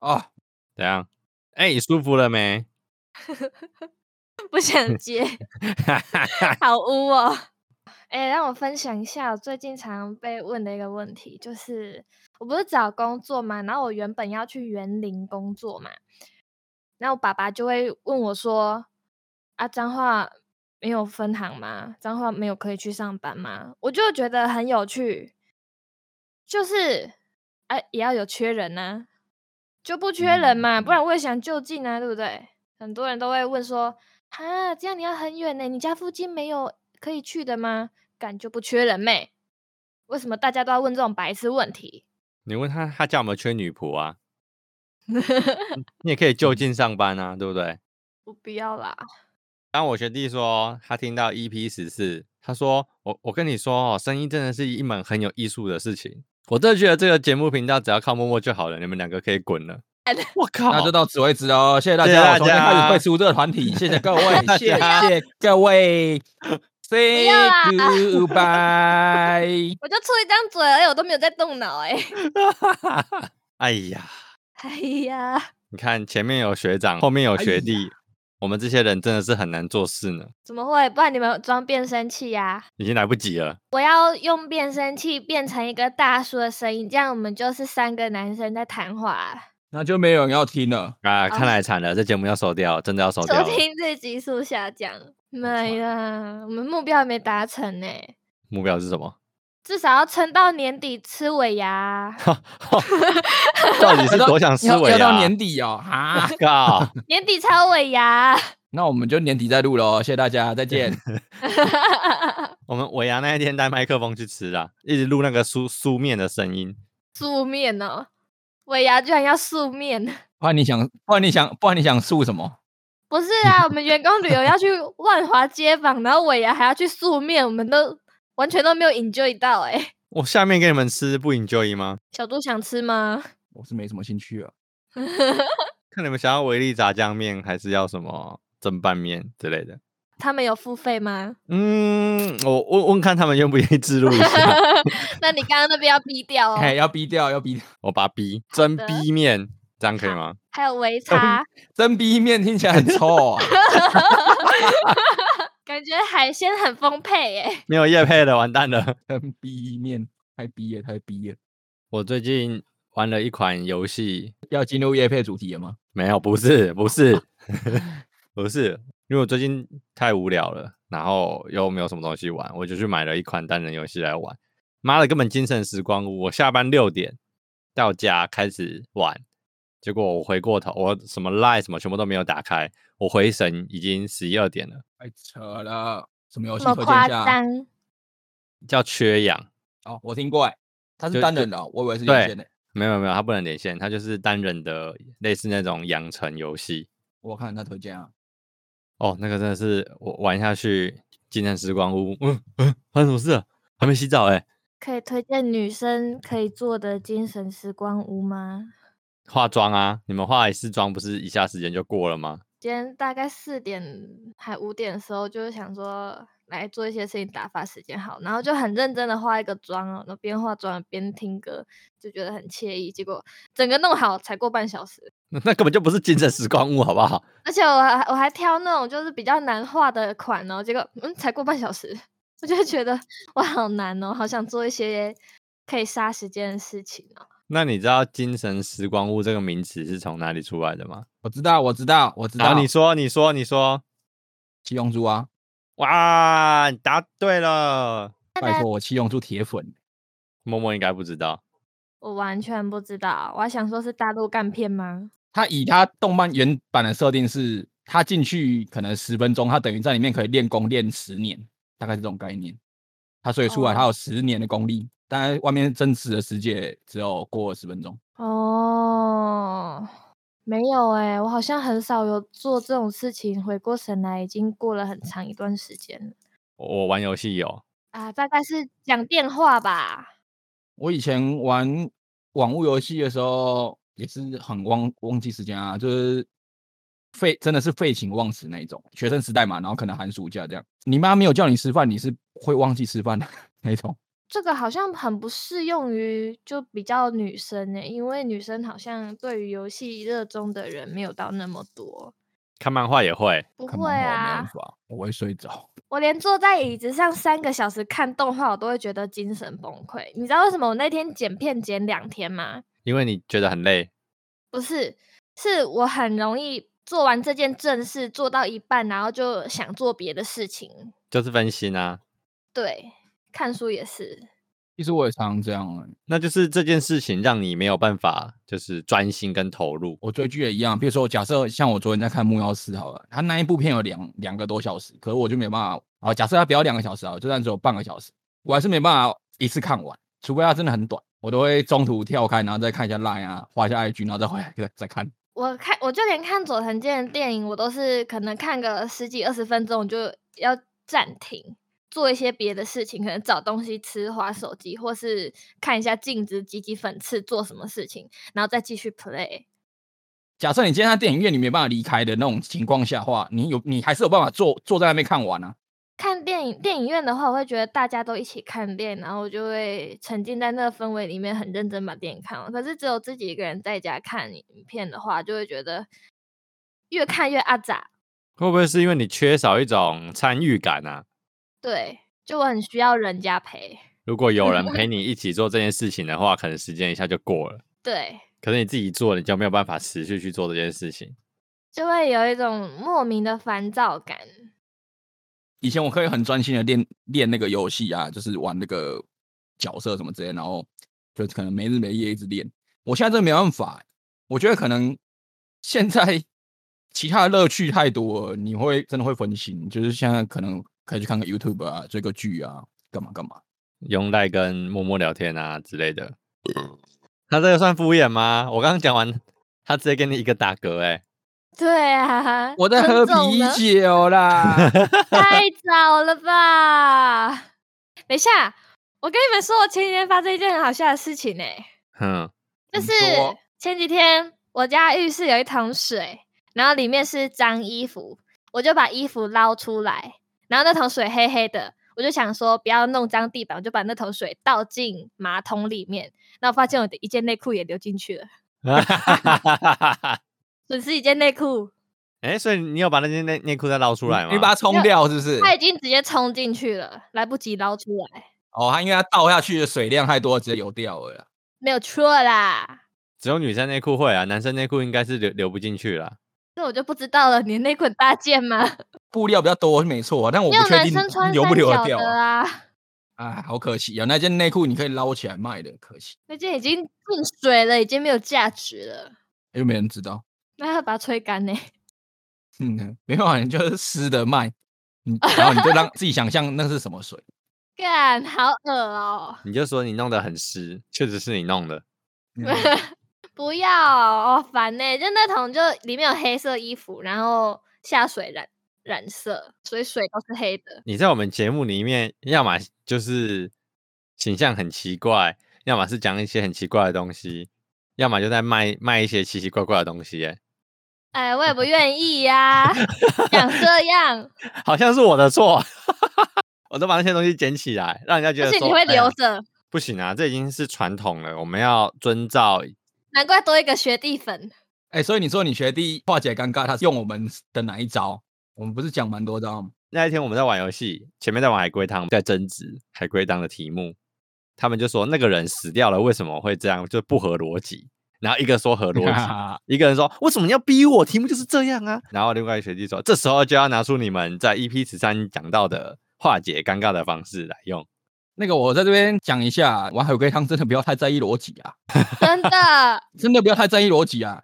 哦，怎样？哎、你舒服了没？ 不想接，好污哦。哎、让我分享一下我最近常被问的一个问题，就是我不是找工作嘛，然后我原本要去园林工作嘛，然后爸爸就会问我说：“啊，彰化没有分行吗？彰化没有可以去上班吗？”我就觉得很有趣，就是哎、也要有缺人呐、就不缺人嘛，不然我也想就近啊，对不对？很多人都会问说：“哈，这样你要很远呢，你家附近没有可以去的吗？”感觉不缺人妹，为什么大家都要问这种白痴问题？你问他，他叫我们缺女仆啊？你也可以就近上班啊，对不对？我不要啦，当我学弟说他听到 EP 十四，他说我我跟你说哦，声音真的是一门很有艺术的事情。我真的觉得这个节目频道只要靠默默就好了，你们两个可以滚了。我靠！那就到此为止哦，谢谢大谢谢家，大我从今天开家，始退出这个团体，谢谢各位大谢家谢各位，say 要啦 goodbye。我就出一张嘴而已，我都没有在动脑哎、 哎呀，哎呀，你看前面有学长，后面有学弟，我们这些人真的是很难做事呢，怎么会？不然你们装变声器呀、已经来不及了。我要用变声器变成一个大叔的声音，这样我们就是三个男生在谈话啊。那就没有人要听了。啊，哦看来惨了，这节目要收掉了，真的要收掉 收了。听这集数下降，哦没错呀，我们目标还没达成呢、目标是什 么？ 至少要撑到年底吃尾牙 啊，到底是多想思维要啊？到年底哦，哈， 靠！ 年底超尾牙 啊。那我们就年底再录喽，谢谢大家，再见。我们尾牙那一天带麦克风去吃啦，一直录那个书书面的声音。素面哦，尾牙居然要素面，不然你想，不然你想，不然你想诉什么？不是啊？我们员工旅游 要去万华街访，然后尾牙还要去素面，我们都完全都没有 enjoy 到哎、我下面给你们吃，不 enjoy 吗？小猪想吃吗？ 我是没什么兴趣啊。看你们想要维力炸酱面，还是要什么蒸拌面之类的？他们有付费吗？ 嗯，我问问看他们愿不愿意自录一 下，那你刚刚那边要逼掉哦，哎，要逼掉，要逼掉。我把逼蒸的逼面，这样可以吗？还有嗯微差，真逼面听起来很臭 啊。感觉海鲜很丰沛哎、没有叶配的，完蛋了。真逼面，太逼了，太逼了。我最近玩了一款游戏，要进入夜配主题了吗？没有，不是，不是，不是，因为我最近太无聊了，然后又没有什么东西玩，我就去买了一款单人游戏来玩。妈的，根本精神时光屋！我下班六点到家开始玩，结果我回过头，我什么 line 什么全部都没有打开，我回神已经十一二点了，太扯了，什么游这戏么推荐夸一下？啊张？叫缺氧。哦，我听过哎，它是就单就人的哦，我以为是对连线的。没有没有，它不能连线，它就是单人的类似那种养成游戏。我看他推荐啊，哦，那个真的是我玩下去，精神时光屋，嗯嗯，发生什么事了？还没洗澡哎、可以推荐女生可以做的精神时光屋吗？化妆啊，你们化一次妆不是一下时间就过了吗？今天大概四点还五点的时候，就是想说来做一些事情打发时间好，然后就很认真的化一个妆哦，然后边化妆边听歌，就觉得很惬意。结果整个弄好才过半小时，那那根本就不是精神时光屋，好不好？ 而且我还我还挑那种就是比较难画的款哦，结果嗯才过半小时， 我就会觉得哇好难哦，好想做一些可以杀时间的事情哦。那你知道“精神时光屋”这个名词是从哪里出来的吗？我知道，我知道，我知然道。后你说，你说，你说，七龙珠啊，哇，你答对了。拜托我七龙珠铁粉，默默应该不知道，我完全不知道，我还想说是大陆干片吗？他以他动漫原版的设定是，他进去可能十分钟，他等于在里面可以练功练十年，大概是这种概念。他所以出来他有十年的功力，当然外面真实的世界只有过十分钟。哦，没有哎、我好像很少有做这种事情，回过神来已经过了很长一段时间了我我玩游戏有，啊，大概是讲电话吧。我以前玩网络游戏的时候也是很忘忘记时间啊，就是废真的是废寝忘食那一种，学生时代嘛，然后可能寒暑假这样，你妈没有叫你吃饭，你是会忘记吃饭的 那一种。这个好像很不适用于就比较女生呢、因为女生好像对于游戏热衷的人没有到那么多。看漫画也会，不看会漫画没办啊，法，我会睡着。我连坐在椅子上三个小时看动画，我都会觉得精神崩溃。你知道为什么我那天剪片剪两天吗？因为你觉得很累，不是，是我很容易做完这件正事做到一半，然后就想做别的事情。就是分心啊。对，看书也是。其实我也常常这样、欸，那就是这件事情让你没有办法，就是专心跟投入。我追剧也一样。比如说，假设像我昨天在看《木曜四》好了，他那一部片有两两个多小时，可是我就没办法。啊，假设他不要两个小时啊，就算只有半个小时，我还是没办法一次看完，除非它真的很短，我都会中途跳开，然后再看一下 Line 啊，划一下 IG，然后再回来 再再看。我看我就连看佐藤健的电影，我都是可能看个十几二十分钟，我就要暂停，做一些别的事情，可能找东西吃、划手机，或是看一下镜子、挤挤粉刺，做什么事情，然后再继续 play。假设你今天在电影院你没办法离开的那种情况下的话，你有你还是有办法坐坐在那边看完啊。看电影，电影院的话，我会觉得大家都一起看电影，然后我就会沉浸在那个氛围里面，很认真把电影看完。可是只有自己一个人在家看影片的话，就会觉得越看越阿杂。会不会是因为你缺少一种参与感啊？对，就我很需要人家陪。如果有 人陪你一起做这件事情的话，可能时间一下就过了。对，可是你自己做，你就没有办法持续去做这件事情。就会有一种莫名的烦躁感。以前我可以很专心的练练那个游戏啊，就是玩那个角色什么之类，然后就可能没日没夜一直练。我现在真的没办法欸，我觉得可能现在其他的乐趣太多了，你会真的会分心。就是现在可能可以去看个 YouTube 啊，追个剧啊，干嘛干嘛。用赖跟默默聊天啊之类的。他这个算敷衍吗？我刚刚讲完，他直接给你一个打嗝、欸，对啊，我在尊喝重啤呢酒 啦，太早了吧？等一下，我跟你们说，我前几天发生一件很好笑的事情呢、哼， 就你是说前几天我家浴室有一桶水，然后里面是脏衣服，我就把衣服捞出来，然后那桶水黑黑的，我就想说不要弄脏地板，我就把那桶水倒进马桶里面，那我发现我的一件内裤也流进去了，损失一件内裤，哎、所以你有把那件内内裤再捞出来吗？你把它冲掉是不是？它已经直接冲进去了，来不及捞出来，哦，它因为它倒下去的水量太多，直接流掉了啦。没有错啦，只有女生内裤会啊，男生内裤应该是流流不进去啦。这我就不知道了，你的内裤很大件吗？布料比较多是没错啊，但我没有不确男定生穿流不三流得角掉啊的啊，哎，好可惜啊！那件内裤你可以捞起来卖的，可惜那件已经进水了，已经没有价值了。又没人知道。那要把它吹干呢、 嗯，没办法，你就是湿的卖，你然后你就让 自己想象那是什么水。干，好恶哦、你就说你弄得很湿，确实是你弄的。 嗯不要，好烦呢、就那桶就里面有黑色衣服，然后下水染染色，所以水都是黑的。你在我们节目里面，要么就是形象很奇怪，要么是讲一些很奇怪的东西，要么就在卖卖一些奇奇怪怪的东西、欸。哎，我也不愿意呀、想这样，好像是我的错， 我都把那些东西捡起来，让人家觉而得且说你会哎呀留着，不行啊，这已经是传统了，我们要遵照。难怪多一个学弟粉。哎、所以你说你学弟化解尴尬，他是用我们的哪一招？我们不是讲蛮多招吗？那一天我们在玩游戏，前面在玩海龟汤，在争执海龟汤的题目，他们就说那个人死掉了，为什么会这样，就不合逻辑。然后一个说合逻辑，一个人说：“为什么你要逼我？题目就是这样啊。”然后另外一个学弟说：“这时候就要拿出你们在 EP 十三讲到的化解尴尬的方式来用。 那个我在这边讲一下，玩海龟汤真的不要太在意逻辑啊，真的真的不要太在意逻辑啊。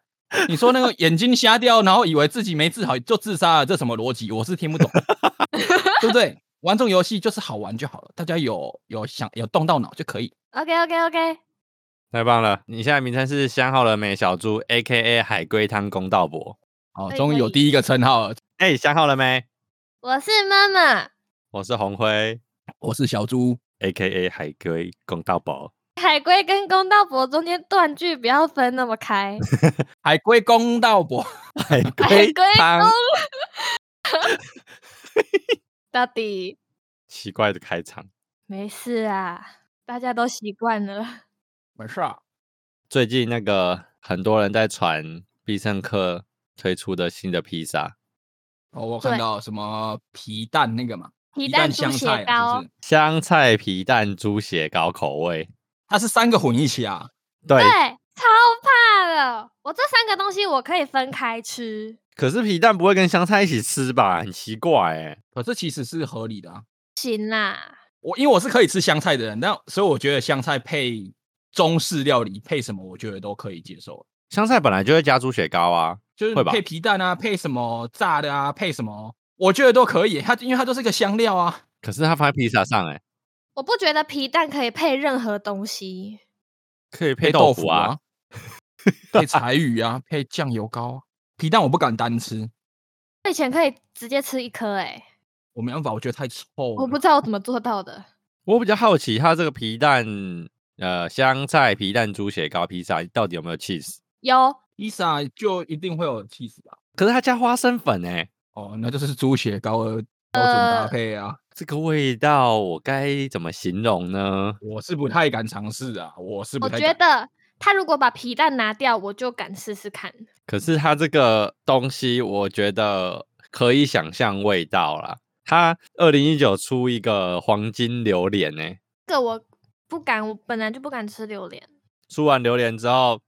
你说那个眼睛瞎掉，然后以为自己没治好就自杀了，这什么逻辑？我是听不 懂，对不对？玩这种游戏就是好玩就好了，大家有有想有动到脑就可以。 ，OK OK OK，” 太棒了！你现在名称是想好了没？小猪 A K A 海龟汤公道伯。好，可以哦终可于有以第一个称号了。哎、想好了没？我是妈妈，我是红辉我是小猪， A K A 海龟公道伯。海龟跟公道伯中间断句不要分那么开，海龟公道伯。海海龟龟汤公， 到底奇怪的开场。没事啊，大家都习惯了。没事啊，最近那个很多人在传必胜客推出的新的披萨，哦，我看对到什么皮蛋那个嘛，皮皮蛋蛋猪香血菜啊，糕是不，是？香菜皮蛋猪血糕口味。它是三个混一起啊，对对，，超怕了。我这三个东西我可以分开吃，可是皮蛋不会跟香菜一起吃吧？很奇怪哎、可是其实是合理的啊。行啦。我因为我是可以吃香菜的人，但所以我觉得香菜配中式料理配什么，我觉得都可以接受。香菜本来就会加猪血糕啊，就是会吧配皮蛋啊，配什么炸的啊，配什么，我觉得都可以。它因为它都是一个香料啊，可是它放在披萨上哎、我不觉得皮蛋可以配任何东西，可以配配豆腐啊。啊，配柴鱼啊，配酱油膏啊。皮蛋我不敢单吃，我以前可以直接吃一颗、欸，哎，我没办法，我觉得太臭了。我不知道我怎么做到的。我比较好奇它这个皮蛋呃香菜皮蛋猪血糕披萨到底有没有 cheese？有披萨就一定会有 cheese 吧？可是它加花生粉哎、哦，那就是猪血糕的标准呃搭配啊。这个味道我该怎么形容呢？我是不太敢尝试啊，我是不我太觉敢。得他如果把皮蛋拿掉，我就敢试试看。可是它这个东西，我觉得可以想象味道啦。它二零一九出一个黄金榴莲欸呢、这个我不敢，我本来就不敢吃榴莲。出完榴莲之后，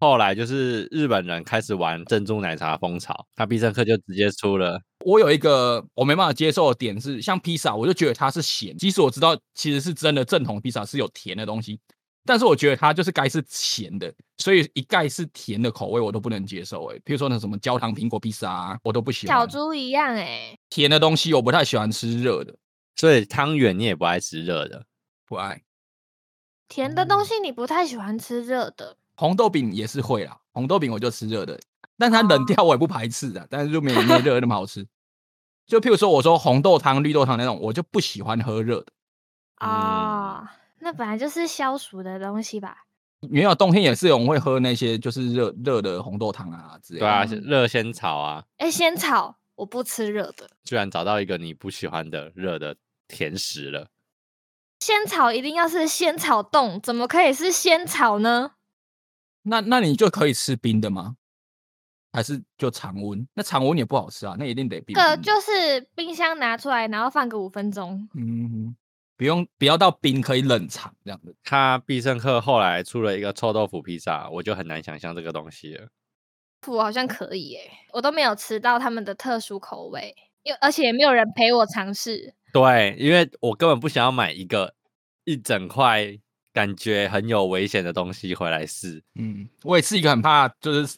后来就是日本人开始玩珍珠奶茶风潮，那必胜客就直接出了。我有一个我没办法接受的点是，像披萨，我就觉得它是咸，即使我知道其实是真的正统披萨是有甜的东西，但是我觉得它就是该是咸的，所以一概是甜的口味我都不能接受、欸。哎，比如说那什么焦糖苹果披萨、啊，我都不喜小欢。猪一样哎、甜的东西我不太喜欢吃热的，所以汤圆你也不爱吃热的，不爱。甜的嗯东西你不太喜欢吃热的，红豆饼也是会啦，红豆饼我就吃热的，但它冷哦掉我也不排斥啊，但是就没有那热的那么好吃。就譬如说，我说红豆汤、绿豆汤那种，我就不喜欢喝热的。哦，那本来就是消暑的东西吧？没有冬天也是有人会喝那些就是热热的红豆汤啊之类对的。啊，嗯热仙草啊，哎，仙草我不吃热的，居然找到一个你不喜欢的热的甜食了。仙草一定要是仙草冻，怎么可以是仙草呢？那那你就可以吃冰的吗？还是就常温？那常温也不好吃啊，那一定得冰这冰的。个就是冰箱拿出来，然后放个五分钟。嗯，不用不要到冰可以冷藏这样子。他必胜客后来出了一个臭豆腐披萨，我就很难想象这个东西了。我好像可以耶，我都没有吃到他们的特殊口味，因为而且也没有人陪我尝试。对，因为我根本不想要买一个一整块感觉很有危险的东西回来试。嗯，我也是一个很怕就是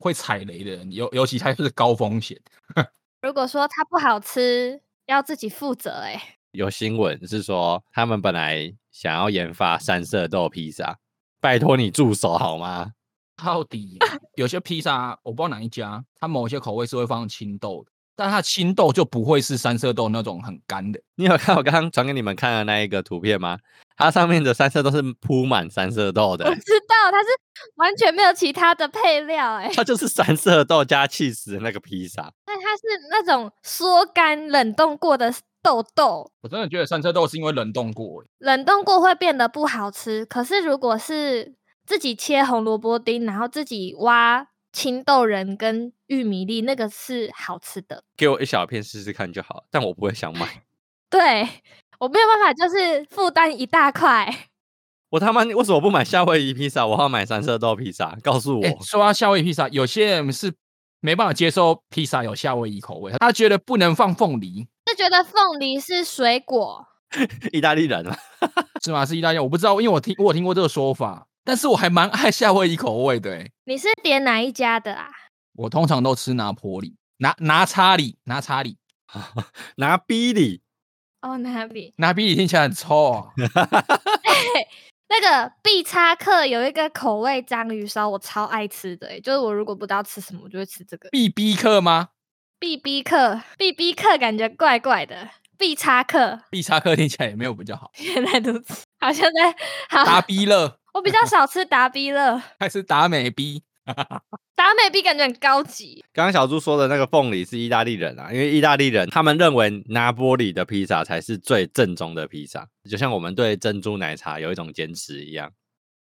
会踩雷的人，尤尤其它是高风险。如果说它不好吃，要自己负责哎。有新闻是说，他们本来想要研发三色豆披萨，拜托你住手好吗？ 到底 有些披萨我不知道哪一家，它某些口味是会放青豆的，但它青豆就不会是三色豆那种很干的。你有看我刚刚传给你们看的那一个图片吗？它上面的三色都是铺满三色豆的 我 欸、知道它是完全没有其他的配料哎，它就是三色豆加 cheese 的那个披萨。 但它是那种缩干冷冻过的豆豆，我真的觉得三色豆是因为冷冻过、欸，冷冻过会变得不好吃。可是如果是自己切红萝卜丁，然后自己挖青豆仁跟玉米粒，那个是好吃的。 给我一小片试试看就好，但我不会想买。对我没有办法，就是负担一大块。 我他妈为什么不买夏威夷披萨？我要买三色豆披萨，告诉我。哎、说到夏威夷披萨，有些人是没办法接受披萨有夏威夷口味，他觉得不能放凤梨，就觉得凤梨是水果，意大利人啊， 是吗？是意大利？我不知道，因为我听我有听过这个说法，但是我还蛮爱夏威夷口味的、欸。你是点哪一家的啊？我通常都吃拿坡里、拿拿叉里、拿叉里、拿逼你。哦，哪里？拿比里听起来很臭、 啊，那个必叉客有一个口味章鱼烧，我超爱吃的欸、就是我如果不知道吃什么，我就会吃这个。必逼客吗？必逼客，必逼客感觉怪怪的，必叉客必叉客听起来也没有比 较好。原来如 此，好像在达好，比乐 我比较少吃达比乐，还是达美逼？达美币感觉很高级，刚刚小猪说的那个凤梨是意大利人啊，因为意大利人他们认为拿玻里的披萨才是最正宗的披萨，就像我们对珍珠奶茶有一种坚持一样。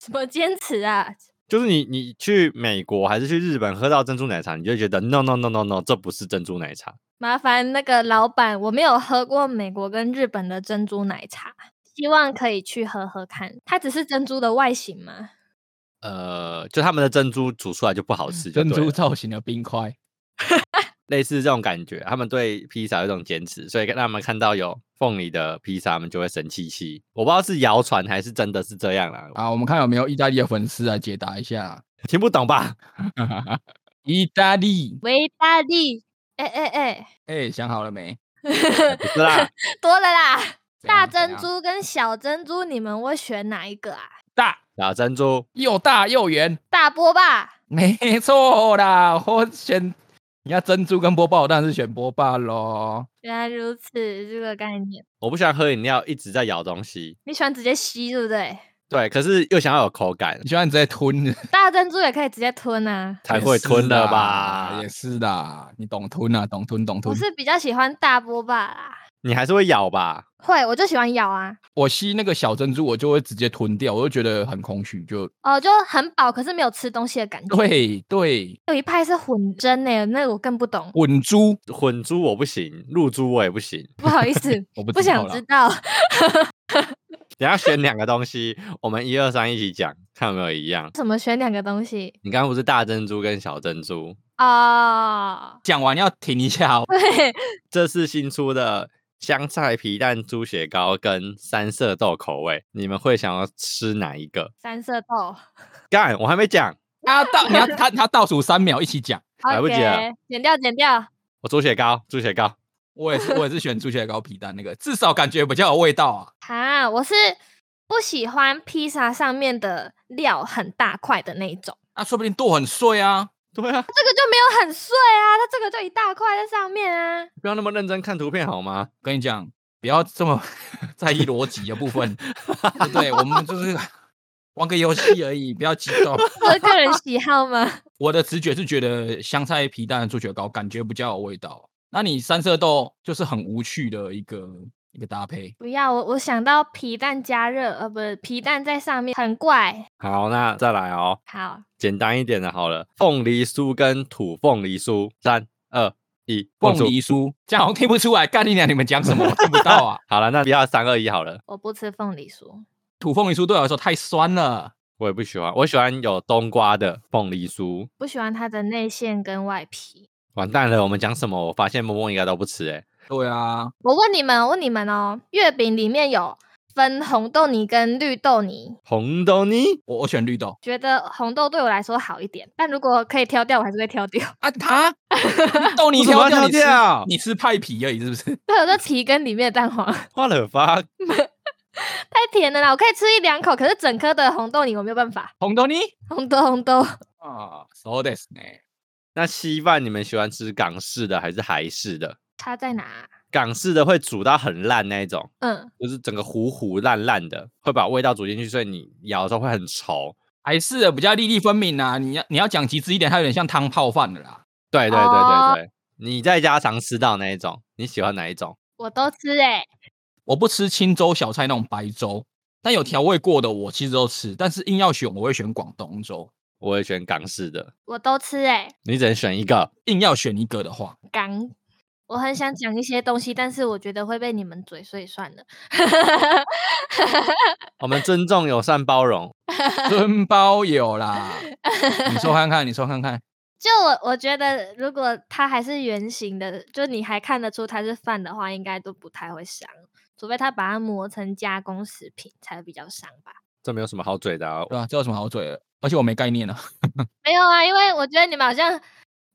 什么坚持啊？就是你你去美国还是去日本喝到珍珠奶茶，你就觉得 no no no no no，这不是珍珠奶茶。麻烦那个老板，我没有喝过美国跟日本的珍珠奶茶，希望可以去喝喝看。它只是珍珠的外形吗？呃，就他们的珍珠煮出来就不好吃就 珍对了，珠造型的冰块，类似这种感觉，他们对披萨有一种坚持，所以让他们看到有凤梨的披萨，他们就会神气气。我不知道是谣传还是真的是这样啦，好，啊我们看有没有意大利的粉丝来解答一下。 听不懂吧？意大利，维大利，哎哎哎，哎、想好了没？不是啦，多了啦！怎大样怎珍样珠跟小珍珠，你们会选哪一个啊？大打珍珠，又大又圆，大波霸， 没错啦，我选。你要珍珠跟波霸，我当然是选波霸喽。原来如此，这个概念。我不喜欢喝饮料一直在咬东西，你喜欢直接吸，对不对？对，可是又想要有口感你喜欢直接吞的，大珍珠也可以直接吞啊。 才会吞的的吧也？是的，你懂吞啊，懂吞懂我吞。是比较喜欢大波霸啦，你还是会咬吧？会，我就喜欢咬啊。我吸那个小珍珠，我就会直接吞掉，我就觉得很空虚，就哦，就很饱，可是没有吃东西的感觉。对对，，有一派是混蒸呢、那我更不懂滚珠，混珠我不行，露珠我也不行。不好意思，我 不不知道想啦知道。等一下选两个东西，我们一二三一起讲，看有没有一样。怎么选两个东西你刚刚不是大珍珠跟小珍珠？哦， 讲完要停一下哦。对，这次新出的香菜皮蛋猪血糕跟三色豆口味，你们会想要吃哪一个？三色豆。干，我还没讲，他倒，啊你要他他倒数三秒一起讲。来不及了 OK，剪掉，剪掉。我猪血糕，猪血糕，我也是，我也是选猪血糕皮蛋那个，至少感觉比较有味道啊。啊，我是不喜欢披萨上面的料很大块的那一种，那、啊说不定剁很碎啊。对啊，这个就没有很碎啊，它这个就一大块在上面啊。不要那么认真看图片好吗？跟你讲，不要这么 在意逻辑的部分，对不对？我们就是 玩个游戏而已，不要激 动。我的个人喜好吗？我的直觉是觉得香菜皮蛋猪血糕感觉比较有味道。那你三色豆就是很无趣的一个一个搭配。不要，我我想到皮蛋加热，呃，不是皮蛋在上面，很怪。好，那再来哦，好，简单一点的好了，凤梨酥跟土凤梨酥，三二一，凤凤。梨酥，这样好像听不出来，干你娘！你们讲什么我听不到啊好了，那不要三二一好了，我不吃凤梨酥。土凤梨酥对我来说太酸了，我也不欸喜欢，我喜欢有冬瓜的凤梨酥。不喜欢它的内馅跟外皮。完蛋了，我们讲什么？我发现萌萌应该都不吃哎、对啊，我问你们，我问你们哦，月饼里面有分红豆泥跟绿豆泥，红豆泥我我选绿豆觉得红豆对我来说好一点，但如果可以挑掉，我还是会挑掉。 啊，他豆泥为什么挑要挑掉你吃掉你吃派皮而已，是不是？对，我这皮跟里面的蛋黄 花了发太甜了啦，我可以吃一两口，可是整颗的红豆泥我没有办法。红豆泥红豆红豆， 啊，so this 呢？那稀饭你们喜欢吃港式的还是韩式的？差在哪？港式的会煮到很烂那一种，嗯，就是整个糊糊烂烂的，会把味道煮进去，所以你咬的时候会很稠。还是比较粒粒分明啊。你要你要讲极致一点，它有点像汤泡饭的啦。对对对哦对对，你在家常吃到那一种，你喜欢哪一种？我都吃哎、我不吃清粥小菜那种白粥，但有调味过的我其实都吃，但是硬要选，我会选广东粥。我会选港式的，我都吃哎、你只能选一个。硬要选一个的话，港。我很想讲一些东西，但是我觉得会被你们嘴，所以算了。我们尊重、友善、包容。尊包有啦。你说看看，你说看看，就我我觉得，如果它还是圆形的，就你还看得出它是饭的话，应该都不太会伤，除非它把它磨成加工食品才比较伤吧。这没有什么好嘴的、啊，对吧、这有什么好嘴的？而且我没概念啊，没有啊，因为我觉得你们好像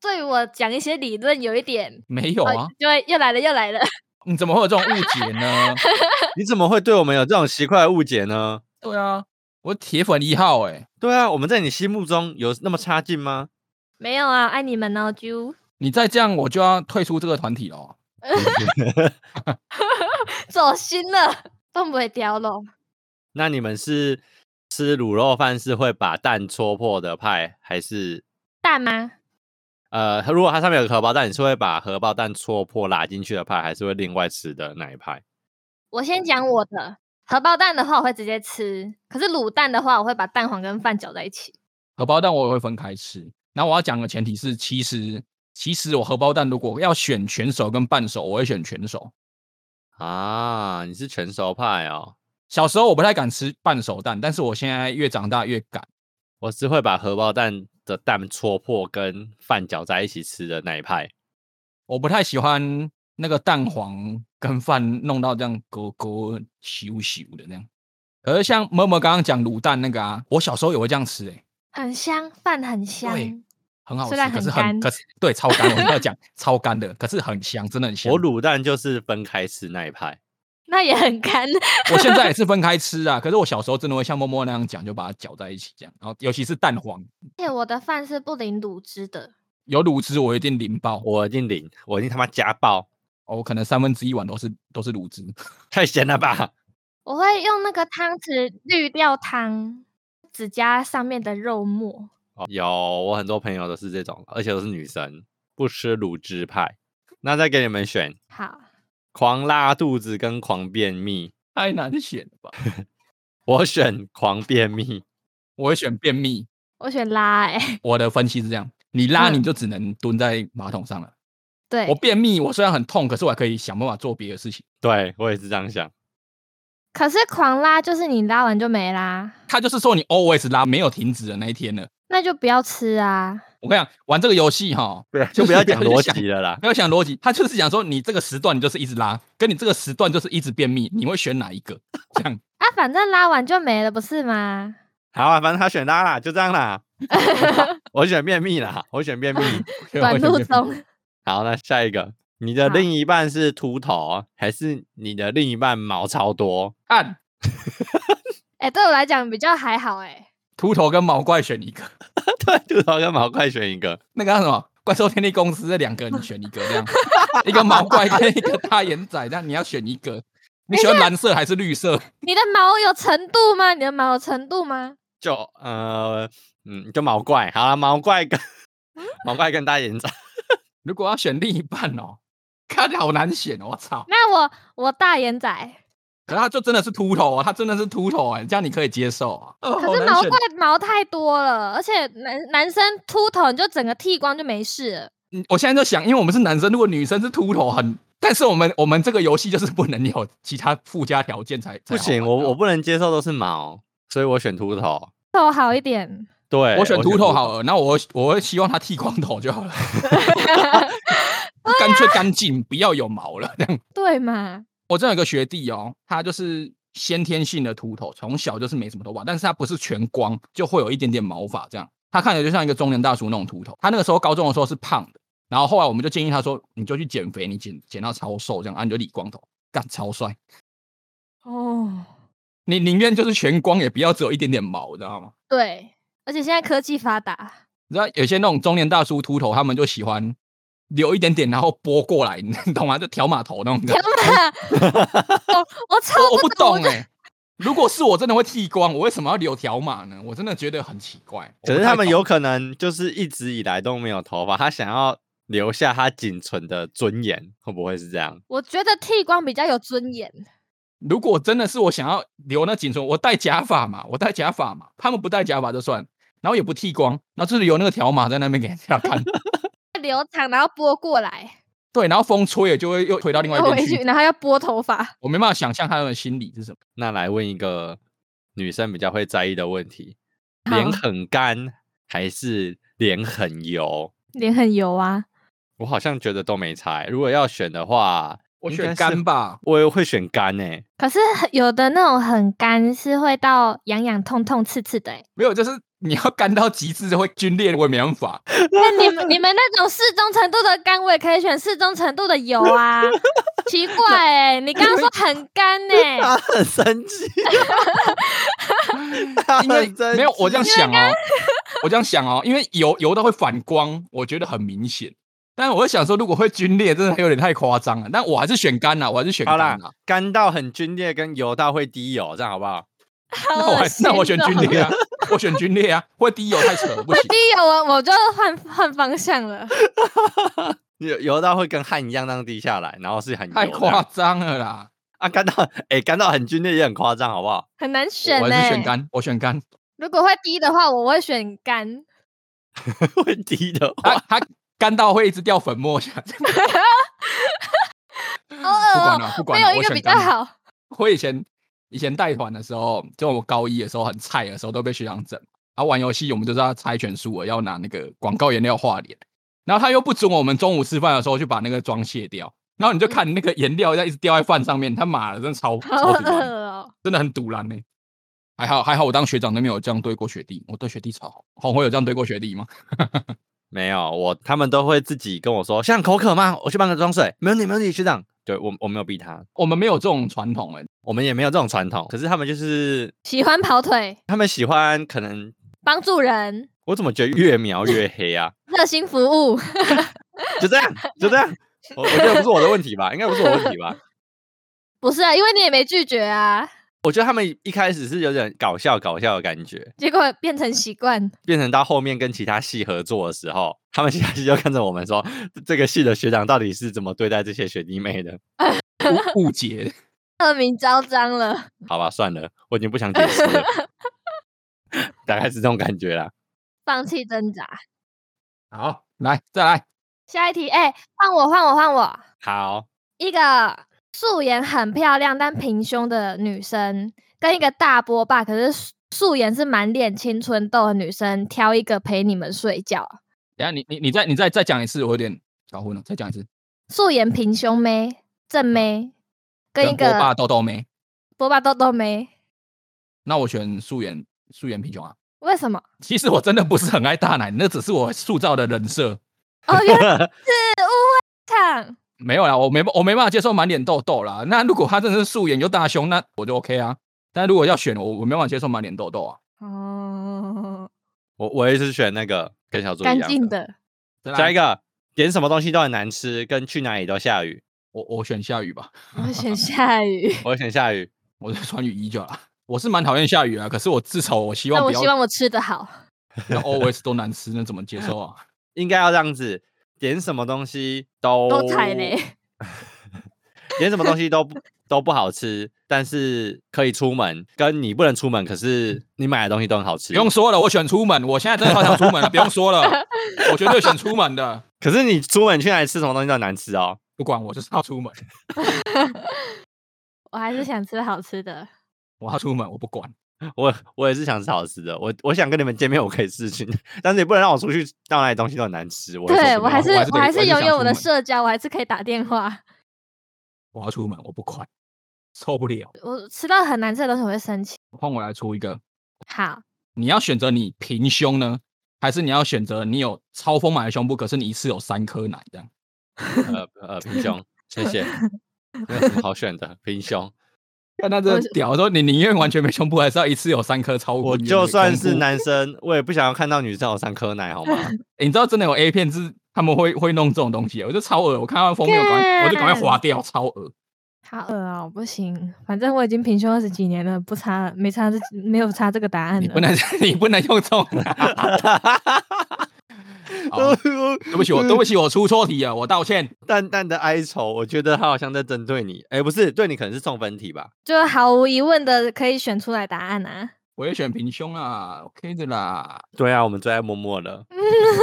对我讲一些理论有一点，没有呃啊，就会又来了又来了。 你怎么会有这种误解呢？ 你怎么会对我们有这种奇怪的误解呢？对啊，我铁粉一号哎、对啊，我们在你心目中有那么差劲吗？没有啊，爱你们哦，啾！你再这样我就要退出这个团体了。哦走心了， 都不会掉了。那你们是吃卤肉饭是会把蛋戳破的派，还是蛋吗？呃，如果它上面有个荷包蛋，你是会把荷包蛋戳破拉进去的派，还是会另外吃的那一派？我先讲我的荷包蛋的话，我会直接吃；可是卤蛋的话，我会把蛋黄跟饭搅在一起。荷包蛋我也会分开吃。然后我要讲的前提是，其实其实我荷包蛋如果要选全熟跟半熟，我会选全熟。啊，你是全熟派哦，小时候我不太敢吃半熟蛋，但是我现在越长大越敢。我是会把荷包蛋的蛋戳破跟饭搅在一起吃的那一派。我不太喜欢那个蛋黄跟饭弄到这样勾勾咻咻的那样。可是像默默刚刚讲卤蛋那个啊，我小时候也会这样吃诶、欸很香，饭很香。很好吃，虽然可很是很干可是对超干，我要讲超干的，可是很香，真的很香。我卤蛋就是分开吃那一派。那也很干， 我现在也是分开吃啊，可是我小时候真的会像默默那样讲，就把它搅在一起这样，然后尤其是蛋黄而且我的饭是不淋卤汁的。有卤汁，我一定淋爆，我我一定零，我一定他妈家暴，我可能三分之一碗都是都是卤汁。 太咸了吧！我会用那个汤匙滤掉汤，只加上面的肉末。哦，有我很多朋友都是这种，而且都是女生，不吃卤汁派。那再给你们选，好，狂拉肚子跟狂便秘，太难选了吧？我选狂便秘。我会选便秘。我选拉哎、欸， 我的分析是这样：你拉嗯你就只能蹲在马桶上了。对我，便秘，我虽然很痛，可是我还可以想办法做别的事情。对我也是这样想。可是狂拉就是你拉完就没啦，他就是说你 always 拉没有停止的那一天了。那就不要吃啊。我跟你讲，玩这个游戏哈，对，就是就不要不要讲去逻想辑了啦。不要想逻辑，他就是讲说你这个时段你就是一直拉，跟你这个时段就是一直便秘，你会选哪一个？这样 啊，反正拉完就没了，不是吗？好啊，反正他选拉啦，就这样啦。我选便秘啦，我选便秘。啊短路中。好，那下一个，你的好另一半是秃头，哦还是你的另一半毛超多？按哎、对我来讲比较还好哎、秃头跟毛怪选一个， 对，秃头跟毛快选一个。那个叫什么怪兽天地公司这两个你选一个，这样一个毛怪跟一个大眼仔，这样你要选一个。你喜欢蓝色还是绿色？你的毛有程度吗？你的毛有程度吗？就呃，嗯，就毛怪。好了，毛怪跟 毛怪跟大眼仔，如果要选另一半哦，看好难选哦，我操！那我我大眼仔，可是他就真的是秃头啊，他真的是秃头哎、这样你可以接受啊。呃好可是难毛选怪毛太多了，而且男男生秃头你就整个剃光就没事了。嗯我现在就想，因为我们是男生，如果女生是秃头很，但是我们我们这个游戏就是不能有其他附加条件才才不好行，玩我啊我不能接受都是毛，所以我选秃头。头好一 点，对，我选秃头好了，那我我会希望他剃光头就好了，干脆干净，不要有毛了。 这样，对嘛？我真的有个学弟哦，他就是先天性的秃头，从小就是没什么头发，但是他不是全光，就会有一点点毛发这样。他看起来就像一个中年大叔那种秃头。他那个时候高中的时候是胖的，然后后来我们就建议他说，你就去减肥，你减减到超瘦这样，啊你就理光头，干超帅。哦，你宁愿就是全光，也不要只有一点点毛，知道吗？对，而且现在科技发达，你知道有些那种中年大叔秃头，他们就喜欢留一点点，然后拨过来，你懂吗？就挑码头那种的。我我超哎我我不懂懂哎、如果是我真的会剃光，我为什么要留条码呢？我真的觉得很奇怪。可是他们有我不太懂可能就是一直以来都没有头发，他想要留下他仅存的尊严，会不会是这样？我觉得剃光比较有尊严。如果真的是我想要留那仅存，我戴假发嘛，我戴假发嘛，他们不戴假发就算，然后也不剃光，然后就是留那个条码在那边给人家看。 留长，然后拨过来，对，然后风吹也就会又推到另外一拨回边去，去。然后要拨头发。我没办法想象他们的心理是什么。那来问一个女生比较会在意的问题：好脸很干还是脸很油？脸很油啊，我好像觉得都没差欸。如果要选的话，我应该选是干，吧，我也会选干欸诶、可是很有的那种很干，是会到痒痒、痛痛、刺刺 的、欸。没有，就是你要干到极致会皲裂，我也没办法。那你们你们那种适中程度的干，我也可以选适中程度的油 啊。奇怪哎、你刚刚说很干欸呢、他很生 气， 他因为很生没有我这样气想哦，我这样想哦，因为油油到会反光，我觉得很明显。但我会想说，如果会皲裂，真的有点太夸张了。但我还是选干啊啦，我还是选好干啦啦。，干到很皲裂跟油到会滴油，这样好不好？好 那我恶还心那我选哦皲裂啊，我选军列啊，会低油太扯了，不行第。一个我我就换换方向了，油油到会跟汗一样那样滴下来，然后是很太油这夸样张了啦！啊，干到哎、干到很剧烈也很夸张，好不好？ 很难选我呢、还是选干，我选干。如果会低的话，我会选干。会低的话，他他干到会一直掉粉末 下去。偶尔不哦，管了，嗯不没管了，有一我个选比较干的。好。我以前以前带团的时候，就我高一的时候很菜的时候，都被学长整。然后玩游戏，我们就是要猜拳输了，要拿那个广告颜料画脸。然后他又不准我们中午吃饭的时候去把那个妆卸掉。然后你就看那个颜料在一直掉在饭上面，他妈的，真的超好超堵恶烂，哦、真的很堵然呢、还好还好，我当学长都没有这样对过学弟，我对学弟超好。红会有这样对过学弟吗？没有我，他们都会自己跟我说，像口渴吗？我去搬个装水，没问题，没问题，学长。对我我没有逼他，我们没有这种传统哎、我们也没有这种传统，可是他们就是喜欢跑腿，他们喜欢，可能帮助人，我怎么觉得越描越黑啊？热心服务。就这样，就这 样。我我觉得不是我的问题吧，应该不是我的问题吧？不是啊，因为你也没拒绝啊，我觉得他们一开始是有点搞笑搞笑的感觉，结果变成习惯。变成到后面跟其他系合作的时候，他们其他系就看着我们说，这个系的学长到底是怎么对待这些学弟妹的？ 误误解。恶名昭彰了，好吧，算了，我已经不想解释 了，大概是这种感觉啦。放弃挣扎。好，来再来，下一题，哎、换我，换我，换我。 好，一个素颜很漂亮但平胸的女生，跟一个大波霸，可是素素颜是满脸青春痘的女生，挑一个陪你们睡觉。等一下你你你再你再再讲一次，我有点搞混了，再讲一次。素颜平胸妹，正妹，跟一波霸个豆豆妹，波霸痘痘妹，那我选素颜素颜平胸啊。为什 么？其实我真的不是很爱大奶，那只是我塑造的人设。哦，原来看没有啦，我没我没办法接受满脸痘痘啦。那如果他真的是素颜又大胸，那我就 OK 啊。但如果要选我，我没办法接受满脸痘痘啊。哦，我我也是选那个跟小猪一啊干样净的。的。再下一个，个点什么东西都很难吃，跟去哪里都下雨，我我选下雨吧，我选下 雨。我选下雨。我就穿雨衣就好了。我是蛮讨厌下雨啊，可是我至少我希望那不我要希望我吃的好。不要 always 都难吃，那怎么接 受啊？应该要这样子，点什么东西哦都都踩雷，点什么东西都 不都不好吃，但是可以出门，跟你不能出门，可是你买的东西都很好吃。不用说了，我选出门。我现在真的好想出门了，不用 说了，我绝对选出门的。可是你出门去哪里吃什么东西都很难吃哦。 不管我就是要出门，我还是想吃好吃的。我要出门，我不管。我我也是想吃好吃的，我我想跟你们见面，我可以试去，但是你不能让我出去到哪里东西都很难吃。我会受对不我还了是我还是我还得我还是是拥想有出我的门社交，我还是可以打电话。我要出门，我不管，受不了。我吃到很难吃的东西我会生气。换我来出一个，好，你要选择你平胸呢，还是你要选择你有超丰满的胸部，可是你一次有三颗奶这样？呃呃平胸，谢 谢，没有什么好选的，平胸。看他这我是屌说，你宁愿完全没胸部，还是要一次有三颗超过我你的就那个算胸是部男生，我也不想要看到女生有三颗奶，好吗？欸你知道真的有 A 片是他们会会弄这种东西，哦我就超恶，我看到封面我赶快我就赶快划掉，超恶。好饿哦，不行，反正我已经平胸二十几年了，不差了没差这没有差这个答案你了不。能你不能用这种。啊 好对不起，我对不起，我出错题了，啊我道歉。淡淡的哀愁，我觉得他好像在针对你，哎，不是，对你可能是送分题吧？就毫无疑问的可以选出来答案啊。我也选平胸啦，OK 的啦。对啊，我们最爱默默了。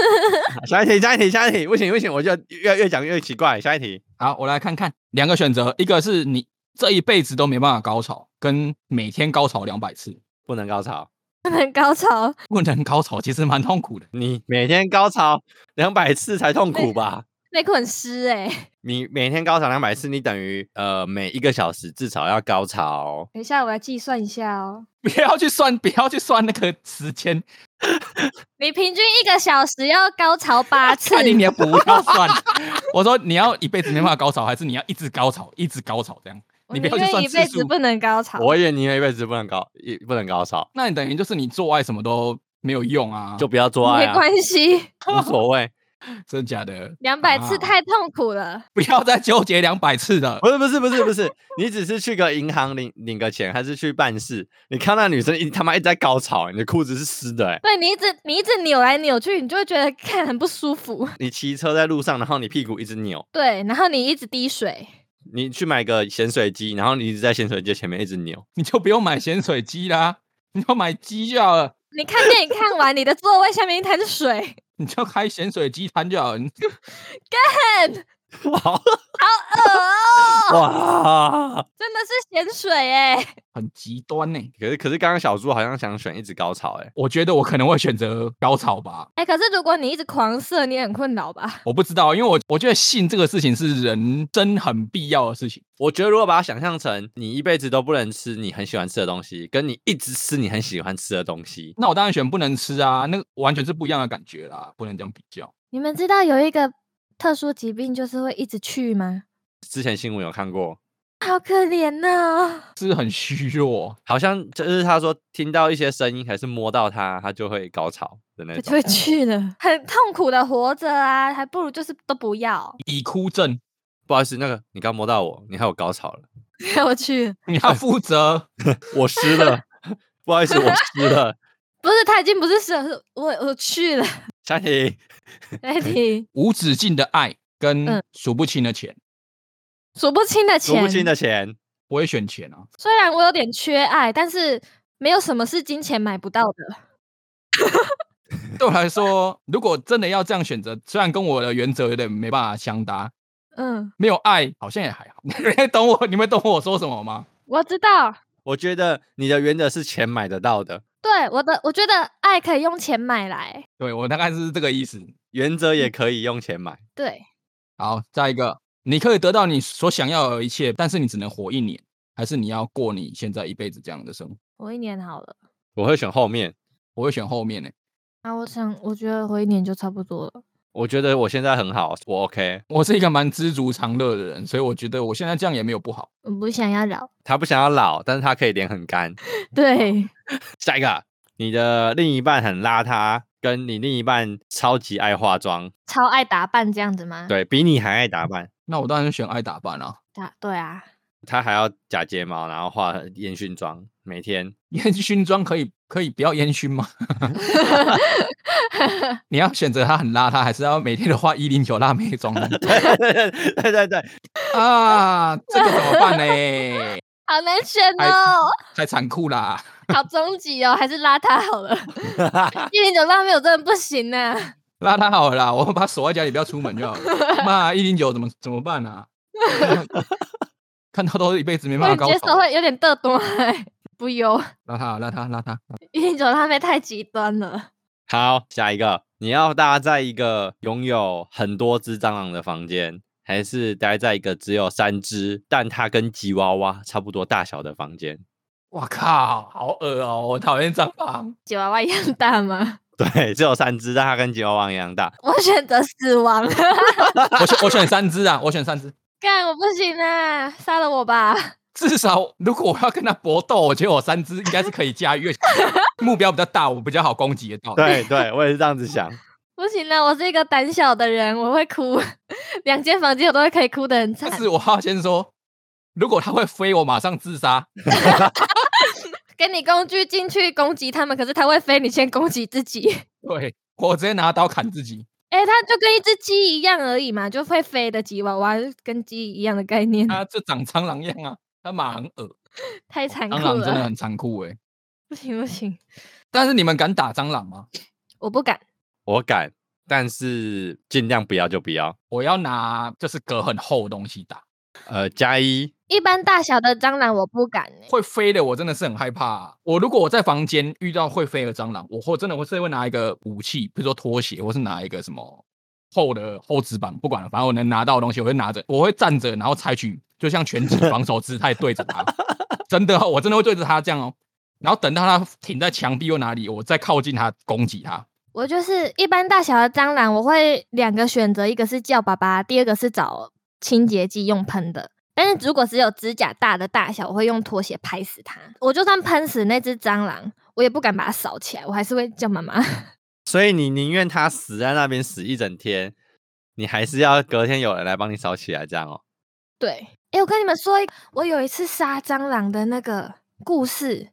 下一题，下一题，下一题，不行不行，我就越越讲越奇怪。下一题，好，我来看看两个选择，一个是你这一辈子都没办法高潮，跟每天高潮两百次，不能高潮，不能高潮，不能高潮其实蛮痛苦的。你每天高潮两百次才痛苦吧？ 内裤很湿哎、你每天高潮两百次，你等于呃每一个小时至少要高潮等一下我来计算一下哦。不要去算，不要去算那个时间，你平均一个小时要高潮 八次，啊看你你也不要算。我说你要一辈子没办法高潮，还是你要一直高潮，一直高潮这样？我你宁不要去愿算一次辈数子不能高潮。我以为你一辈子不能高，也不能高潮，那你等于就是你做爱什么都没有用啊，就不要做爱没啊，关系，无所谓。真的假的？两百次啊太痛苦了。不要再纠结两百次了。不是不是不是不是，你只是去个银行领领个钱，还是去办事？你看那女生一他妈一直在高潮，你的裤子是湿的、欸，对你一直你一直扭来扭去，你就会觉得看很不舒服。你骑车在路上，然后你屁股一直扭， 对，然后你一直滴水，你去买个咸水鸡，然后你一直在咸水鸡前面一直 扭，你就不用买咸水鸡啦，你就买鸡就好了，你看电影看完，你的座位下面一滩 水，你就开咸水鸡摊就好了。你哇呃哦，哇！真的是咸水哎、很极端呢、可是可是刚刚小猪好像想选一直高潮、欸，哎，我觉得我可能会选择高潮吧，哎、可是如果你一直狂射，你很困扰吧？我不知道，因为我我觉得性这个事情是人真很必要的事情。我觉得如果把它想象成你一辈子都不能吃你很喜欢吃的东西，跟你一直吃你很喜欢吃的东西，那我当然选不能吃啊，那个完全是不一样的感觉啦，不能这样比较。你们知道有一个特殊疾病就是会一直去吗？之前新闻有看过，好可怜哦，是很虚弱，好像就是他说听到一些声音还是摸到他，他就会高潮的那我 就种会。去了， 很痛苦的活着啊，还不如就是都不要， 已哭症，不好意思，那个你刚摸到我，你害我高潮了，我去，你要负责。我湿了， 不好意思，我湿了，不是他已经不是蛇，是我我去了， 夏婷，来听无止境的爱跟嗯数不清的钱，数不清的数钱，不清的钱，我也选钱啊。虽然我有点缺爱，但是没有什么是金钱买不到的。对我来说，如果真的要这样选择，虽然跟我的原则有点没办法相搭，嗯，没有爱好像也还好。你 们懂我？你们懂我说什么吗？我知道，我觉得你的原则是钱买得到的，对我的，我觉得爱可以用钱买来。对我大概是这个意思。原则也可以用钱买。对，好，再一个，你可以得到你所想要的一切，但是你只能活一年，还是你要过你现在一辈子这样的生活？活一年好了。我会选后面，我会选后面呢、啊，我想，我觉得活一年就差不多了。我觉得我现在很好，我 OK。我是一个蛮知足常乐的人，所以我觉得我现在这样也没有不好。我不想要老。哦他不想要老，但是他可以脸很干。 对，下一个，你的另一半很邋遢，跟你另一半超级爱化妆，超爱打扮这样子吗？，对比你还爱打扮，那我当然选爱打扮啊，打对啊，他还要假睫毛，然后化烟熏妆，每天 烟熏妆可以可以不要烟熏吗？ 你要选择它很邋遢，还是要每天都画一零九辣妹妆呢 对对对对对，啊？这个怎么办呢？好难选哎哦，太残酷啦！ 好终极哦，还是邋遢好了。一零九辣妹我真的不行呢、邋遢好了啦，我把它锁在家里，不要出门就好了。妈，一零九怎么怎么办啊？ 看到都一辈子没我办法也高接受潮，会有点嘚多、欸，不优。邋遢邋遢邋遢，一零九辣妹太极端了。 好，下一个，你要待在一个拥有很多只蟑螂的房间，还是待在一个只有三只，但它跟吉娃娃差不多大小的房间？ 我靠，好恶哦、我讨厌蟑螂。吉娃娃一样大吗？对，只有三只，但它跟吉娃娃一样大。我选择死亡。 我选我选三只啊，我选三只。干，我不行啊！杀了我吧！至少如果我要跟它搏斗，我觉得我三只应该是可以驾驭，目标比较大，我比较好攻击得到。，对对，我也是这样子想。不行了，我是一个胆小的人，我会哭。 两间房间我都会可以哭得很惨但。是我要先说，如果它会飞，我马上自杀。给你工具进去攻击他们，可是它会飞，你先攻击自己。对我直接拿刀砍自己。哎、它就跟一只鸡一样而已嘛，就会飞的吉娃娃，跟鸡一样的概念，它就啊长蟑螂样啊，它马很恶。太残酷啊蟑螂真的了。 很残酷哎、不行不行，但是你们敢打蟑螂吗？我不敢。我敢，但是尽量不要就不要。我要拿就是隔很厚的东西打，呃，加一，一般大小的蟑螂我不敢、欸，会飞的我真的是很害怕啊、我如果我在房间遇到会飞的蟑螂，我会真的会是会拿一个武器，比如说拖鞋，或是拿一个什么厚的厚纸板，不管了，反正我能拿到的东西，我会拿着，我会站着，然后采取就像拳击防守姿态对着它。真的哦、我真的会对着它这样哦。然后等到它停在墙壁或哪里，我再靠近它攻击它。我就是一般大小的蟑螂，我会两个选择，一个是叫爸爸，第二个是找清洁剂用喷的。但是如果只有指甲大的大小，我会用拖鞋拍死它。我就算喷死那只蟑螂，我也不敢把它扫起来，我还是会叫妈妈。所以你宁愿他死在那边死一整天，你还是要隔天有人来帮你扫起来，这样哦。 对，哎，我跟你们说一，我有一次杀蟑螂的那个故事，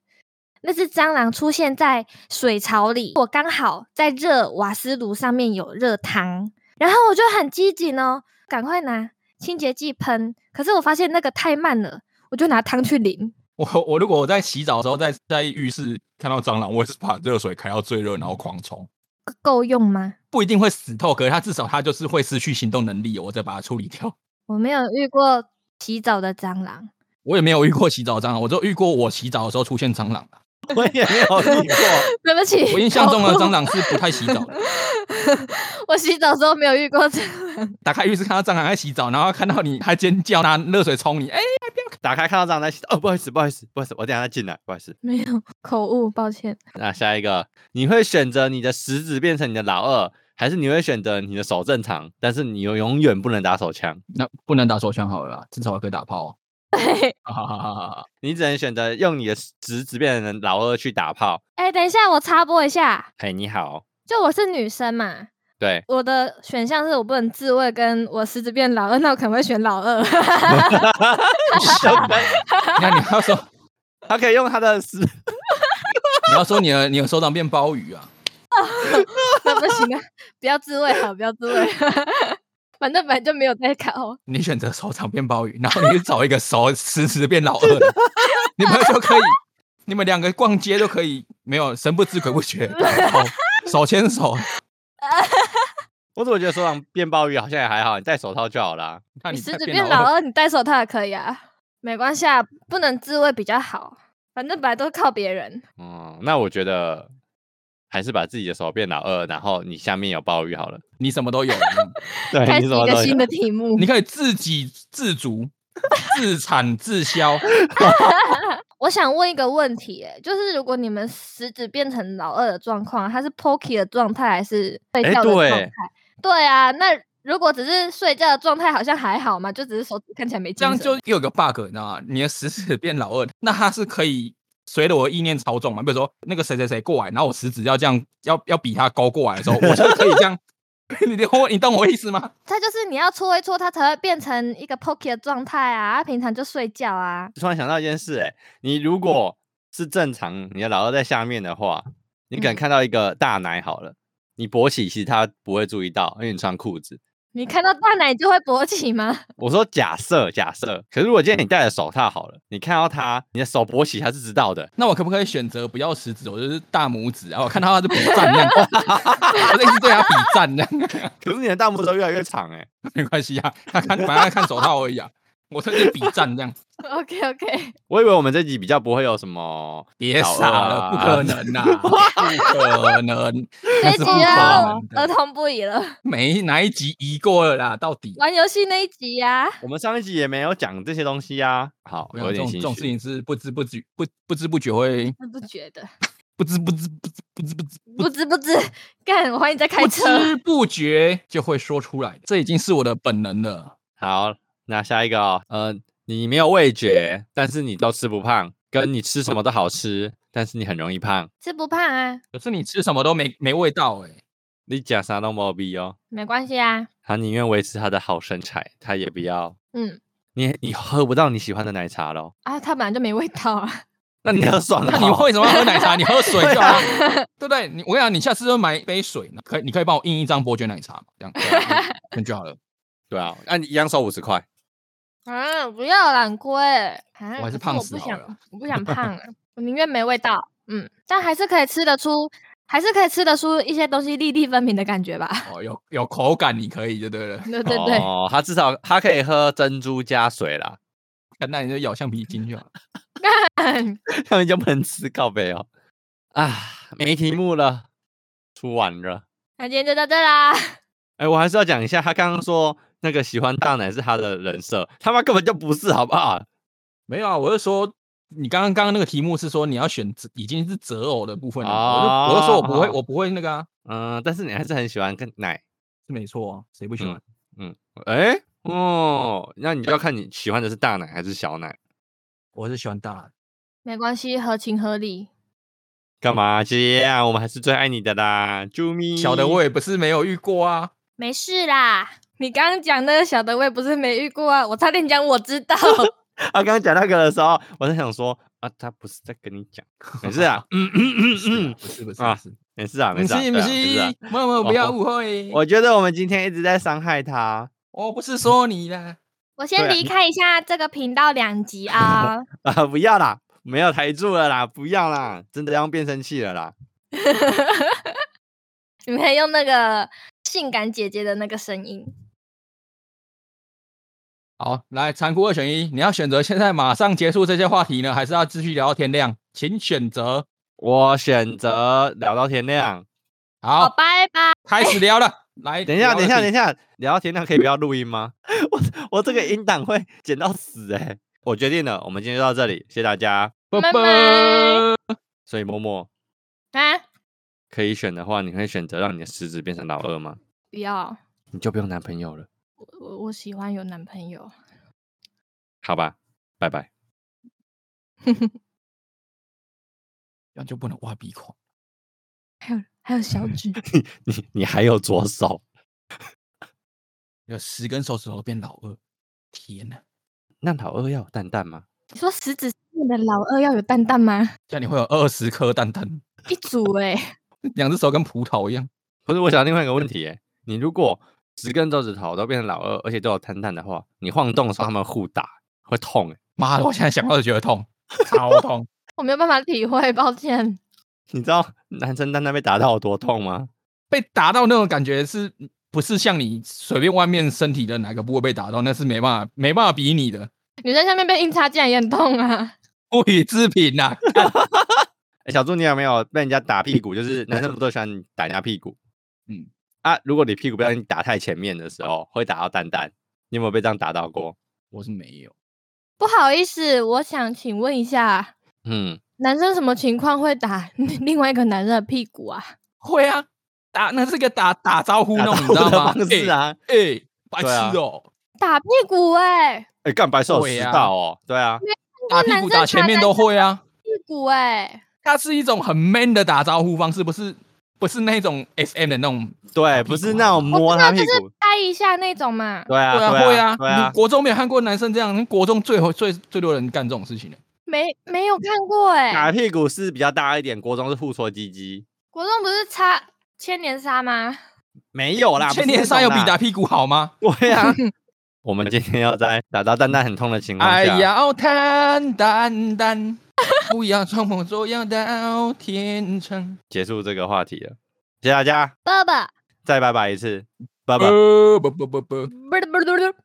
那只蟑螂出现在水槽里，我刚好在热瓦斯炉上面有热汤，然后我就很机警哦，赶快拿清洁剂喷，可是我发现那个太慢了，我就拿汤去淋。我我如果我在洗澡的时候在在浴室看到蟑螂，我也是把热水开到最热，然后狂冲，够够用吗？不一定会死透，可是它至少它就是会失去行动能力，我再把它处理掉。 我没有遇过洗澡的蟑螂， 我也没有遇过洗澡蟑螂，我就遇过我洗澡的时候出现蟑螂啦我也没有遇过，对不起，我印象中的口误蟑螂是不太洗澡的， 哦我洗澡的时候没有遇过蟑螂，打开浴室看到蟑螂在洗澡，然后看到你还尖叫，拿热水冲你，哎、打开看到这样在洗哦，不好意思，不好意思，不好意思，我等一下再进来，不好意思。没有口误，抱歉。 那下一个，你会选择你的食指变成你的老二，还是你会选择你的手正常，但是你永永远不能打手枪？那不能打手枪好了啦，至少还可以打炮、 对，啊。哈哈哈哈哈！你只能选择用你的食指变成老二去打炮。哎，等一下，我插播一下，嘿，你好，就我是女生嘛，，对我的选项是我不能自慰，跟我食指变老二，那我可能会选老二。 那你要说，他可以用他的食， 你要说你的你的手掌变鲍鱼啊？那不行啊，不要自慰好，不要自慰。 反正本来就没有在哦考，你选择手掌变鲍鱼，然后你去找一个手食指变老二的，你们就可以，你们两个逛街都可以，没有神不知鬼不觉，然后手牵手。我怎么觉得手掌变鲍鱼好像也还好，你戴手套就好啦。那你食再指变变老二，二，你戴手套也可以啊，没关系啊，不能自慰比较好。反正本来都是靠别人，哦、那我觉得还是把自己的手变老二，然后你下面有鲍鱼好了。 你什么都有，嗯对，开哎你启什么一都个新有。的题目你。可以自给自足、自产自销。我想问一个问题、欸，就是如果你们食指变成老二的状况，它是 pokey 的状态还是睡哎觉的状对态？对啊，那如果只是睡觉的状态，好像还好嘛，就只是手指看起来没这精样神。就又有个 bug，你知道吗？你的食指变老二，那它是可以随着我的意念操纵嘛？比如说那个谁谁谁过来，然后我食指要这样，要要比他高过来的时候，我就可以这样。 你懂我，你懂我意思吗？它就是你要搓一搓，它才会变成一个 pokey 的状态啊。它平常就睡觉啊，突然想到一件事、欸，你如果是正常，你的老二在下面的话，你可能嗯看到一个大奶好了，你勃起其实他不会注意到，因为你穿裤子。你看到大奶就会勃起吗？ 我说假设假设，可是如果今天你戴了手套好了，你看到他，你的手勃起，他是知道的。那我可不可以选择不要食指，我就是大拇指啊？我看到他是比赞那样， 我就一直对他比赞那样，可是你的大拇指头越来越长哎、 没关系啊，他看反正他看手套而已啊，我特地比赞这样， OK OK，我以为我们这集比较不会有什么，别老傻二了，不啊可能呐、啊，不 可能，这一集啊是不可要能儿的，童不宜了，没哪一集移过了啦，到底。玩游戏那一集呀、啊。我们上一集也没有讲这些东西呀、好，没有有这点种心这种事虚。情是不知不觉不不知不觉会不觉得，不知不知不知不知不知不知不知，干！我怀疑你在开不车。知不觉就会说出来，这已经是我的本能了。好，那下一个哦，呃，你没有味觉，但是你都吃不胖，跟你吃什么都好吃，但是你很容易胖。吃不胖啊，可是你吃什么都没没味道哎、你讲啥都没有必要，没关系啊。他宁愿维持他的好身材，他也不要嗯，你你喝不到你喜欢的奶茶咯，啊，它本来就没味道啊。那你喝爽了那好。你为什么要喝奶茶？你喝水就好了，啊对不对？你我跟你讲，你下次就买一杯水，可以你可以帮我印一张伯爵奶茶嘛，这样对啊 那就好了。对啊，那你一样收五十块。 啊，不要啦，很贵、啊。我还是可胖我死不好想了，我不想 胖啊了，我宁愿没味道。嗯，但还是可以吃得出，还是可以吃得出一些东西粒粒分明的感觉吧。哦，有有口感，你可以就对了。 对对对，哦，他至少他可以喝珍珠加水啦，那你就咬橡皮筋就好了。他们就不能吃靠背哦。啊，没题目了，出完了。那今天就到这啦。哎、我还是要讲一下，他刚刚说那个喜欢大奶是他的人设，他妈根本就不是，好不好？没有啊，我是说，你刚刚刚刚那个题目是说你要选择已经是择偶的部分了，我就我就说我不会，哦我不会那个啊，嗯，但是你还是很喜欢跟奶。是没错啊，谁不嗯喜欢？哎、哦，那你就要看你喜欢的是大奶还是小奶。我是喜欢大的，没关系，合情合理。干嘛这样？我们还是最爱你的啦，啾咪。小的我也不是没有遇 过啊，没事啦。你刚刚讲那个小的，我也不是没遇过啊，我差点讲我知道。他啊刚刚讲那个的时候，我在想说啊，他不是在跟你 讲，没事啊，嗯嗯嗯嗯， 不是不是啊不是，没事啊，没不事啊，是对不啊没事啊是，没有没有，不要误会，我觉得我们今天一直在伤害他我不是说你啦， 我对先啊离开一下这个频道两集 啊。啊！不要啦，没有台柱了啦，不要啦，真的要变声器了啦。你可以用那个性感姐姐的那个声音。好，来残酷二选一，你要选择现在马上结束这些话题呢，还是要继续聊到天亮？请选择。我选择聊到天亮。好，好，拜拜。开始聊了。来，等一下，聊等一下，了等一请下，聊到天亮可以不要录音吗？ 我我这个音档会剪到死哎、我决定了，我们今天就到这里，谢谢大家。拜拜拜所以默默啊，可以选的话，你会选择让你的食指变成老二吗？不要，你就不用男朋友了，我我我喜欢有男朋友。好吧？拜拜。这样就不能挖鼻孔。还有还有小 指，你你还有左手，有十根手指头变老二，天呐，那老二要有蛋蛋吗？你说食指上的老二要有蛋蛋吗？这样你会有二十颗蛋蛋，一组哎、两只手跟葡萄一样。不是，我想另外一个问题耶、你如果十根手指头都变成老二，而且都有蛋蛋的话，你晃动的时候他们互打会痛、欸，妈的，我现在想到就觉得痛，超痛。 我没有办法体会，抱歉。你知道男生蛋蛋被打到有多痛吗？被打到那种感觉是不是像你随便外面身体的哪个部位被打到，那是没办法没办法比拟的，女生下面被硬插竟然也很痛啊！不予置评呐、欸小猪，你有没有被人家打屁股？就是男生不都喜欢打人家屁股？嗯啊，如果你屁股被人打太前面的时候，会打到蛋蛋。你有没有被这样打到过？ 我是没有，不好意思，我想请问一下，嗯，男生什么情况会打 另外一个男人的屁股啊？会啊，打那是个打打招呼那打种，招呼你知道的吗？方式啊，哎、欸白对啊痴哦、打屁股哎、哎、干白兽对迟啊到哦，对啊，打男屁股生打前打面在都会啊，屁股哎、 它是一种很 man 的打招呼方式，不是不是那种 SM 的那种，对，屁不是股那啊种我摸知他道，屁就是股，拍一下那种嘛。对啊，对对会啊，啊，对你啊，国中没有看过男生这样，国中最最最多人干这种事情的，没没有看过哎、打屁股是比较大一点，国中是互戳鸡鸡，国中不是擦千年杀吗？没有啦，不千是年那杀有种比啦打屁股好吗？对 啊。我们今天要在打到蛋蛋很痛的情况爱下，要淡淡淡， 不要装模作样到天成。结束这个话题了。谢谢大家，爸爸，再拜拜一次，拜拜。呃不不不不不。不是不是不是。